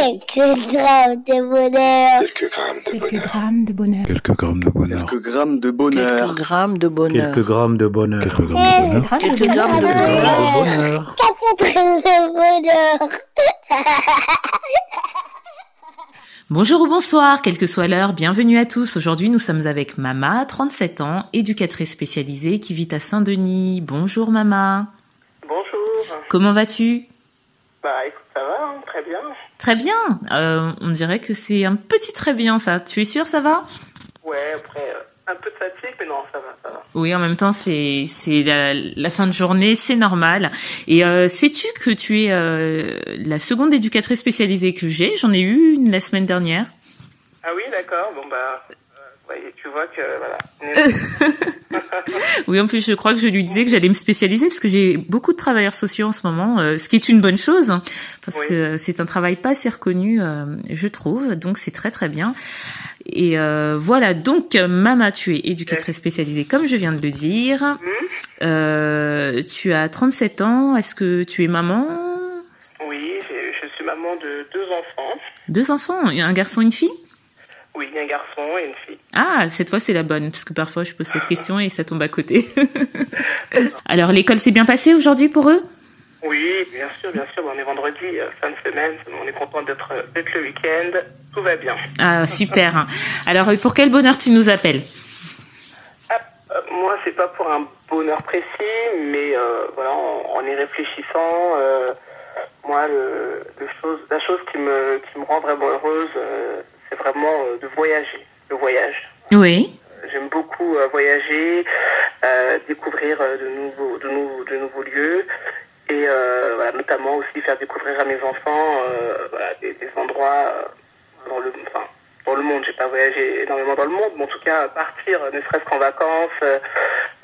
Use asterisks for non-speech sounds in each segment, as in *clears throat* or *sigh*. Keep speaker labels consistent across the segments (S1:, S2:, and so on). S1: Quelques grammes de bonheur.
S2: Quelques grammes de
S3: Quelques
S2: bonheur.
S3: grammes de bonheur.
S4: Quelques grammes de bonheur.
S5: Quelques grammes de bonheur.
S6: Quelques grammes de bonheur.
S7: Quelques grammes de bonheur.
S4: Quelques grammes de bonheur.
S3: Quelques
S6: Quelques
S3: grammes
S6: grammes de bonheur.
S7: bonheur.
S1: Quatre grammes de bonheur.
S8: Bonjour ou bonsoir, quelle que soit l'heure, bienvenue à tous. Aujourd'hui, nous sommes avec Mama, 37 ans, éducatrice spécialisée qui vit à Saint-Denis. Bonjour Mama.
S9: Bonjour.
S8: Comment vas-tu
S9: Bah écoute, ça va, hein, très bien.
S8: Très bien. Euh, on dirait que c'est un petit très bien ça. Tu es sûr ça va
S9: Ouais, après, euh, un peu de fatigue, mais non, ça va, ça va.
S8: Oui, en même temps, c'est c'est la, la fin de journée, c'est normal. Et euh, sais-tu que tu es euh, la seconde éducatrice spécialisée que j'ai J'en ai eu une la semaine dernière.
S9: Ah oui, d'accord, bon bah, euh, ouais, tu vois que, voilà.
S8: Oui, en plus, je crois que je lui disais que j'allais me spécialiser parce que j'ai beaucoup de travailleurs sociaux en ce moment, euh, ce qui est une bonne chose hein, parce
S9: Oui.
S8: que c'est un travail pas assez reconnu, euh, je trouve. Donc, c'est très très bien. Et euh, voilà. Donc, euh, Mama, tu es éducatrice spécialisée, comme je viens de le dire. Euh, tu as 37 ans. Est-ce que tu es maman
S9: Oui, j'ai- je suis maman de deux enfants.
S8: Deux enfants, un garçon, une fille.
S9: Oui, un garçon et une fille.
S8: Ah, cette fois c'est la bonne parce que parfois je pose cette question et ça tombe à côté. *laughs* Alors, l'école s'est bien passée aujourd'hui pour eux
S9: Oui, bien sûr, bien sûr, bon, on est vendredi, euh, fin de semaine, on est content d'être euh, d'être le week-end, tout va bien.
S8: Ah, super. Alors, pour quel bonheur tu nous appelles
S9: Ah, euh, moi, c'est pas pour un bonheur précis, mais euh, voilà, en, en y réfléchissant, euh, moi, le, le chose, la chose qui me, qui me rend vraiment heureuse, euh, c'est vraiment euh, de voyager, le voyage.
S8: Oui.
S9: J'aime beaucoup euh, voyager, euh, découvrir euh, de, nouveaux, de, nou- de nouveaux lieux et euh, voilà, notamment aussi faire découvrir à mes enfants euh, voilà, des, des endroits euh, dans le, enfin, dans le monde. J'ai pas voyagé énormément dans le monde, mais en tout cas partir, euh, ne serait-ce qu'en vacances, euh,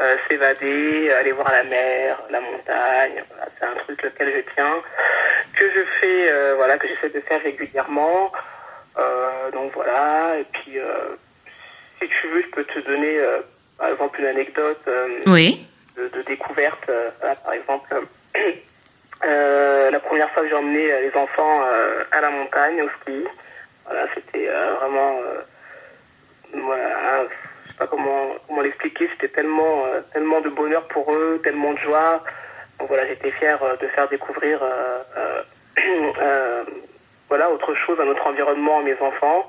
S9: euh, s'évader, euh, aller voir la mer, la montagne. voilà, c'est un truc lequel je tiens, que je fais, euh, voilà, que j'essaie de faire régulièrement. Euh, donc voilà, et puis euh, si tu veux, je peux te donner euh, par exemple une anecdote euh,
S8: Oui.
S9: de, de découverte. euh, voilà, par exemple, *clears throat* euh, la première fois que j'ai emmené euh, les enfants euh, à la montagne, au ski, voilà, c'était euh, vraiment. euh, voilà, euh, je sais pas comment, comment l'expliquer, c'était tellement, euh, tellement de bonheur pour eux, tellement de joie. Donc voilà, j'étais fier euh, de faire découvrir euh, euh, *clears throat* euh, voilà, autre chose, un autre environnement à mes enfants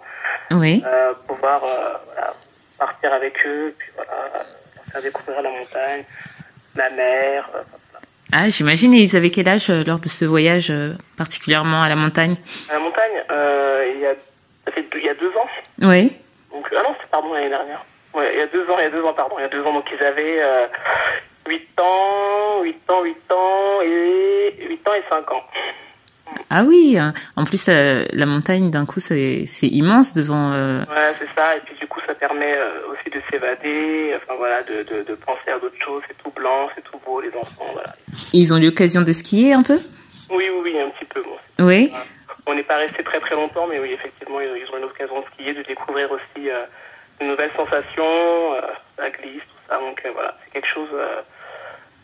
S8: Oui.
S9: euh, pouvoir euh, voilà, partir avec eux, puis voilà, leur faire découvrir la montagne, la mer. euh,
S8: Ah, j'imagine, et ils avaient quel âge euh, lors de ce voyage, euh, particulièrement à la montagne
S9: À la montagne, euh, il, y a, ça fait deux- il y a deux ans,
S8: Oui.
S9: donc, ah non, c'est pardon, l'année dernière. Ouais, il y a deux ans, il y a deux ans, pardon, il y a deux ans, donc ils avaient euh, 8 ans, 8 ans, 8 ans, et 8 ans et 5 ans.
S8: Ah oui. euh, En plus, euh, la montagne, d'un coup, c'est c'est immense devant... euh,
S9: Ouais, c'est ça. Et puis du coup, ça permet euh, aussi de s'évader, enfin voilà, de, de, de penser à d'autres choses. C'est tout blanc, c'est tout beau, les enfants, voilà.
S8: Ils ont eu l'occasion de skier un peu
S9: Oui, oui, oui, un petit peu. Bon,
S8: Oui.
S9: On n'est pas resté très très longtemps, mais oui, effectivement, ils ils ont eu l'occasion de skier, de découvrir aussi euh, de nouvelles sensations, euh, la glisse, tout ça. Donc euh, voilà, c'est quelque chose euh,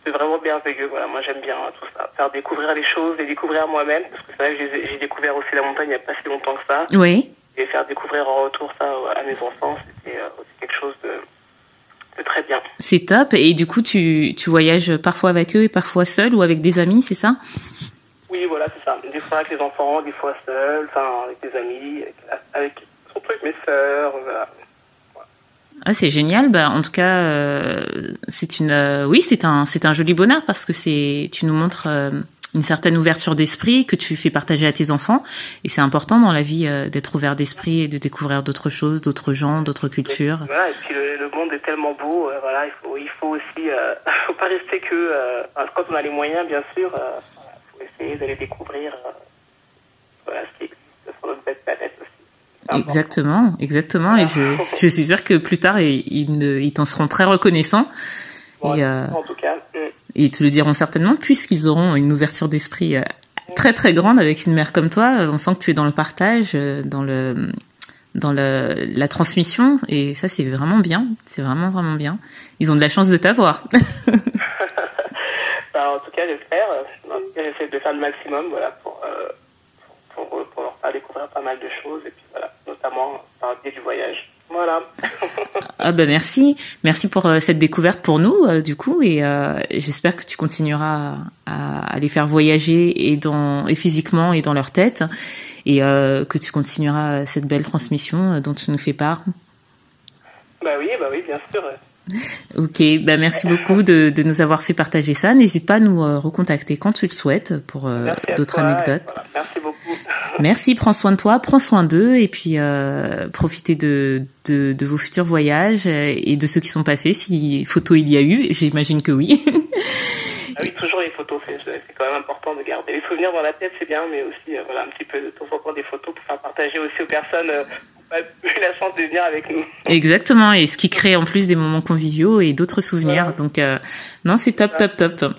S9: de vraiment merveilleux. Voilà, moi j'aime bien hein, tout ça, faire découvrir les choses, les découvrir moi-même, parce que c'est vrai que j'ai- j'ai découvert aussi la montagne il n'y a pas si longtemps que ça,
S8: Oui.
S9: et faire découvrir en retour ça euh, à mes enfants, c'était euh, aussi quelque chose de, de très bien.
S8: C'est top. Et du coup, tu, tu voyages parfois avec eux et parfois seul ou avec des amis, c'est ça
S9: Oui, voilà, c'est ça. Des fois avec les enfants, des fois seul, enfin avec des amis, avec, avec surtout avec mes sœurs, voilà.
S8: Ah, c'est génial. Bah, en tout cas, euh, c'est une, euh, oui, c'est un, c'est un joli bonheur parce que c'est, tu nous montres euh, une certaine ouverture d'esprit que tu fais partager à tes enfants. Et c'est important dans la vie euh, d'être ouvert d'esprit et de découvrir d'autres choses, d'autres gens, d'autres cultures.
S9: Voilà, et puis le, le monde est tellement beau, euh, voilà, il faut, il faut aussi, euh, *laughs* faut pas rester que, euh, enfin, quand on a les moyens, bien sûr, euh, voilà, faut essayer d'aller découvrir, euh, voilà, ce qui existe sur notre belle planète aussi. C'est important.
S8: Exactement, exactement. Et je, je suis sûre que plus tard, ils, ils, ne- ils t'en seront très reconnaissants. Et, euh,
S9: En tout cas, mm.
S8: et ils te le diront certainement puisqu'ils auront une ouverture d'esprit euh, très très grande avec une mère comme toi. Euh, On sent que tu es dans le partage, euh, dans le dans le, la transmission et ça c'est vraiment bien, c'est vraiment vraiment bien. Ils ont de la chance de t'avoir. *laughs*
S9: Bah, en tout cas, j'espère, euh, en tout cas, j'essaie de faire le maximum, voilà, pour, euh, pour, pour, pour leur faire faire découvrir pas mal de choses, et puis voilà, notamment par le biais du voyage. Voilà.
S8: Ah ben merci, merci pour euh, cette découverte pour nous euh, du coup et euh, j'espère que tu continueras à, à les faire voyager et dans et physiquement et dans leur tête et euh, que tu continueras cette belle transmission euh, dont tu nous fais part.
S9: bah oui, bah oui, bien
S8: Euh,
S9: sûr.
S8: Ok, ben merci beaucoup de, de nous avoir fait partager ça. N'hésite pas à nous euh, recontacter quand tu le souhaites pour euh,
S9: Merci à
S8: d'autres
S9: toi, et
S8: anecdotes.
S9: voilà, merci beaucoup. *laughs*
S8: Merci, prends soin de toi, prends soin d'eux et puis euh, profitez de, de, de vos futurs voyages euh, et de ceux qui sont passés, si photo il y a eu, j'imagine que oui. *laughs*
S9: Ah oui, toujours les photos, c'est c'est quand même important de garder les souvenirs dans la tête, c'est bien, mais aussi euh, voilà, un petit peu de temps en temps des photos pour faire partager aussi aux personnes euh, qui n'ont pas eu la chance de venir avec nous.
S8: Exactement, et ce qui crée en plus des moments conviviaux et d'autres souvenirs. Donc euh, non, c'est top, top, top.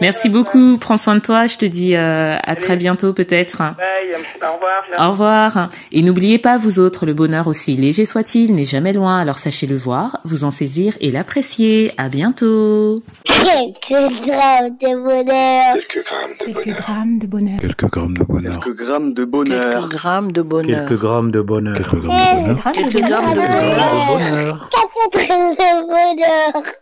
S8: Merci beaucoup, prends soin de toi, je te dis euh, à très bientôt peut-être.
S9: Bye, au revoir.
S8: Au revoir. Et n'oubliez pas, vous autres, le bonheur aussi léger soit-il n'est jamais loin, alors sachez le voir, vous en saisir et l'apprécier. À bientôt.
S1: Quelques grammes de bonheur.
S2: Quelques grammes de bonheur.
S3: Quelques grammes de bonheur.
S4: Quelques grammes de bonheur.
S2: Quelques grammes de bonheur.
S6: Quelques grammes de bonheur.
S5: Quelques grammes de bonheur.
S4: Quelques grammes
S3: Grammes de
S4: de bonheur.
S6: Quelques
S3: bonheur.
S6: grammes de bonheur.
S1: Quatre grammes de bonheur.